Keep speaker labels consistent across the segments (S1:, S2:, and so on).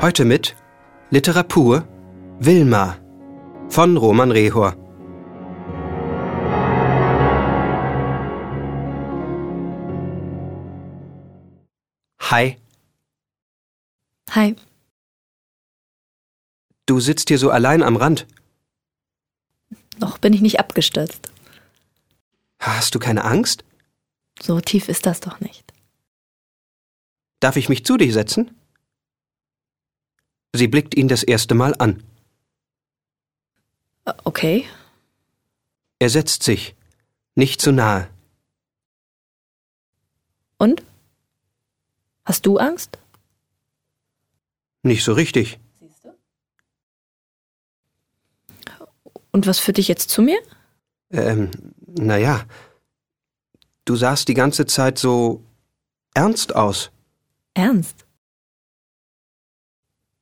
S1: Heute mit Literatur Wilma von Roman Rehor. Hi,
S2: Hi.
S1: du sitzt hier so allein am Rand.
S2: Noch bin ich nicht abgestürzt.
S1: Hast du keine Angst?
S2: So tief ist das doch nicht.
S1: Darf ich mich zu dich setzen? Sie blickt ihn das erste Mal an.
S2: Äh, Okay.
S1: Er setzt sich. Nicht zu nahe.
S2: Und? Hast du Angst?
S1: Nicht so richtig.
S2: Und was führt dich jetzt zu mir?
S1: Ähm, naja. Du sahst die ganze Zeit so ernst aus.
S2: Ernst?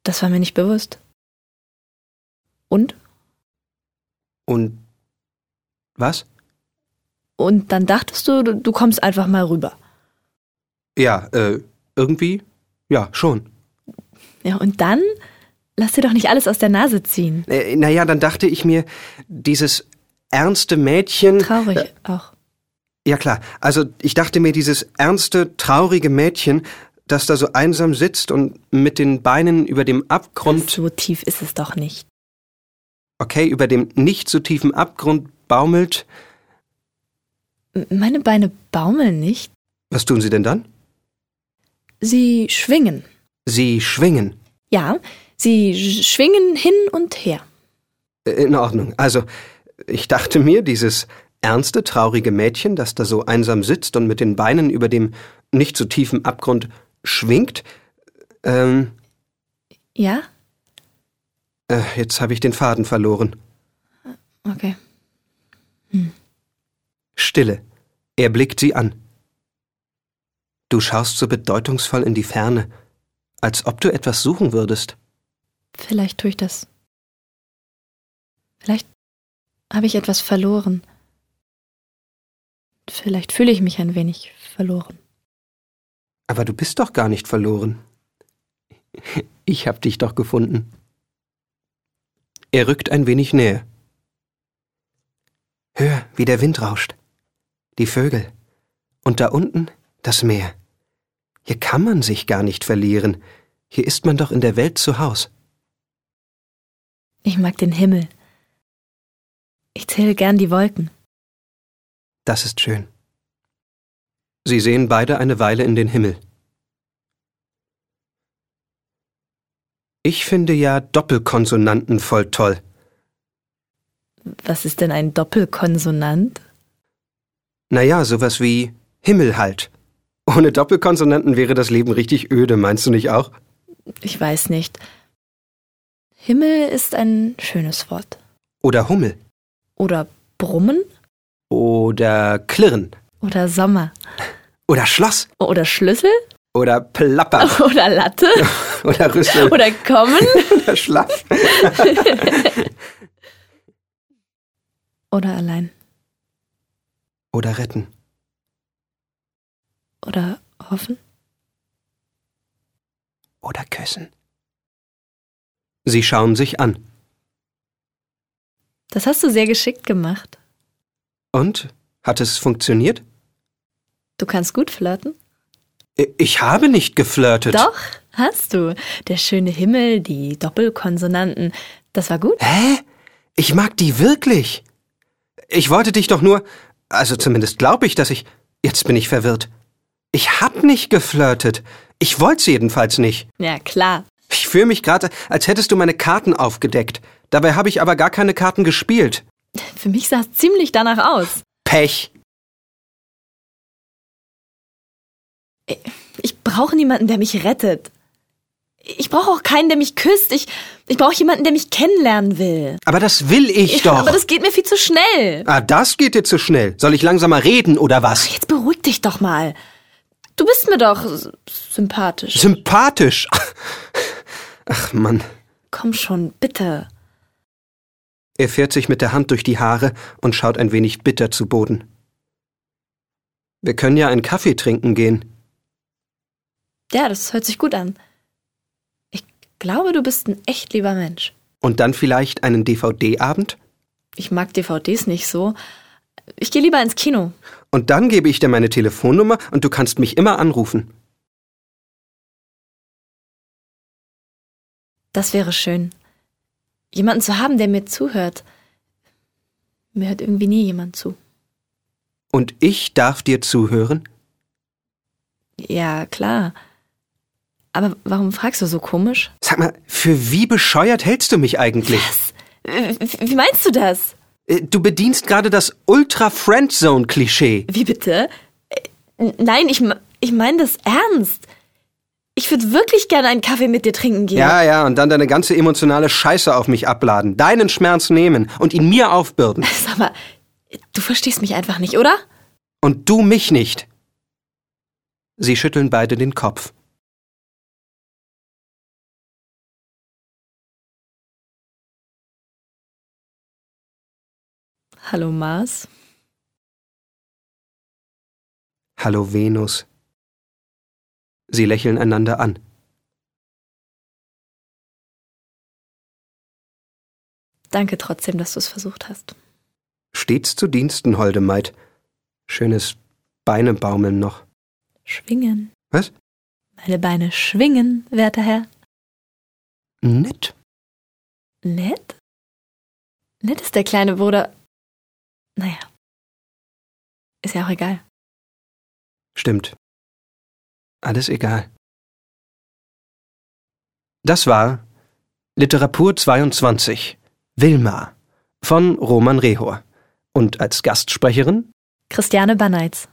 S2: Das war mir nicht bewusst. Und?
S1: Und was?
S2: Und dann dachtest du, du- du kommst einfach mal rüber.
S1: Ja, äh, irgendwie? Ja, schon.
S2: Ja, und dann lass dir doch nicht alles aus der Nase ziehen.
S1: Äh, naja, dann dachte ich mir, dieses ernste Mädchen.
S2: Traurig auch.
S1: Ja klar, also ich dachte mir, dieses ernste, traurige Mädchen, das da so einsam sitzt und mit den Beinen über dem Abgrund,
S2: so tief ist es doch nicht.
S1: okay, über dem nicht so tiefen Abgrund baumelt.
S2: M- Meine Beine baumeln nicht.
S1: Was tun sie denn dann?
S2: Sie schwingen.
S1: Sie schwingen.
S2: Ja, sie sch- schwingen hin und her.
S1: Äh, In Ordnung. Also, ich dachte mir, dieses ernste, traurige Mädchen, das da so einsam sitzt und mit den Beinen über dem nicht so tiefen Abgrund schwingt, ähm,
S2: Ja?
S1: äh, jetzt habe ich den Faden verloren.
S2: Okay.
S1: Stille. Er blickt sie an. Du schaust so bedeutungsvoll in die Ferne, als ob du etwas suchen würdest.
S2: Vielleicht tue ich das. Vielleicht habe ich etwas verloren. Vielleicht fühle ich mich ein wenig verloren.
S1: Aber du bist doch gar nicht verloren. Ich hab dich doch gefunden. Er rückt ein wenig näher. Hör, wie der Wind rauscht. Die Vögel. Und da unten das Meer. Hier kann man sich gar nicht verlieren. Hier ist man doch in der Welt zu Haus.
S2: Ich mag den Himmel. Ich zähle gern die Wolken.
S1: Das ist schön. Sie sehen beide eine Weile in den Himmel. Ich finde ja Doppelkonsonanten voll toll.
S2: Was ist denn ein Doppelkonsonant?
S1: Naja, sowas wie Himmel halt. Ohne Doppelkonsonanten wäre das Leben richtig öde, meinst du nicht auch?
S2: Ich weiß nicht. Himmel ist ein schönes Wort.
S1: Oder Hummel.
S2: Oder Brummen
S1: Oder Klirren.
S2: oder Sommer.
S1: Oder Schloss.
S2: Oder Schlüssel
S1: Oder Plapper.
S2: oder Latte
S1: Oder Rüssel.
S2: oder Kommen
S1: Oder Schlaf.
S2: oder allein
S1: Oder Retten.
S2: oder hoffen.
S1: Oder Küssen. Sie schauen sich an.
S2: Das hast du sehr geschickt gemacht.
S1: Und? Hat es funktioniert?
S2: Du kannst gut flirten.
S1: I- Ich habe nicht geflirtet.
S2: Doch, hast du. Der schöne Himmel, die Doppelkonsonanten. Das war gut.
S1: Hä? Ich mag die wirklich. Ich wollte dich doch nur. Also zumindest glaube ich, dass ich. Jetzt bin ich verwirrt. Ich hab nicht geflirtet. Ich wollt's jedenfalls nicht.
S2: Ja, klar.
S1: Ich fühle mich gerade, als hättest du meine Karten aufgedeckt. Dabei habe ich aber gar keine Karten gespielt.
S2: Für mich sah es ziemlich danach aus.
S1: Pech.
S2: Ich brauche niemanden, der mich rettet. Ich brauche auch keinen, der mich küsst. Ich, ich brauche jemanden, der mich kennenlernen will.
S1: Aber das will ich
S2: Ja,
S1: doch.
S2: Aber das geht mir viel zu schnell.
S1: ah, das geht dir zu schnell. Soll ich langsamer reden oder was?
S2: Jetzt beruhig dich doch mal. Du bist mir doch s- sympathisch.
S1: Sympathisch. Ach Mann.
S2: Komm schon, bitte.
S1: Er fährt sich mit der Hand durch die Haare und schaut ein wenig bitter zu Boden. Wir können ja einen Kaffee trinken gehen.
S2: Ja, das hört sich gut an. Ich glaube, du bist ein echt lieber Mensch.
S1: Und dann vielleicht einen DVD-Abend?
S2: Ich mag DVDs nicht so. Ich gehe lieber ins Kino.
S1: Und dann gebe ich dir meine Telefonnummer und du kannst mich immer anrufen.
S2: Das wäre schön. Jemanden zu haben, der mir zuhört. Mir hört irgendwie nie jemand zu.
S1: Und ich darf dir zuhören?
S2: Ja, klar. Aber warum fragst du so komisch?
S1: Sag mal, für wie bescheuert hältst du mich eigentlich?
S2: Was? Äh, Wie meinst du das?
S1: Äh, Du bedienst gerade das Ultra-Friendzone-Klischee.
S2: Wie bitte? Äh, Nein, ich, me- ich meine das ernst. Ich würde wirklich gerne einen Kaffee mit dir trinken gehen.
S1: Ja, ja, und dann deine ganze emotionale Scheiße auf mich abladen, deinen Schmerz nehmen und ihn mir aufbürden.
S2: Sag mal, du verstehst mich einfach nicht, oder?
S1: Und du mich nicht. Sie schütteln beide den Kopf.
S2: Hallo Mars.
S1: Hallo Venus. Sie lächeln einander an.
S2: Danke trotzdem, dass du es versucht hast.
S1: Stets zu Diensten, holde Maid. Schönes Beinebaumeln noch.
S2: Schwingen.
S1: Was?
S2: Meine Beine schwingen, werter Herr.
S1: Nett.
S2: Nett? Nett ist der kleine Bruder. Naja. Ist ja auch egal.
S1: Stimmt. Alles egal. Das war Literatur 22. Wilma von Roman Rehor. Und als Gastsprecherin
S2: Christiane Banneitz.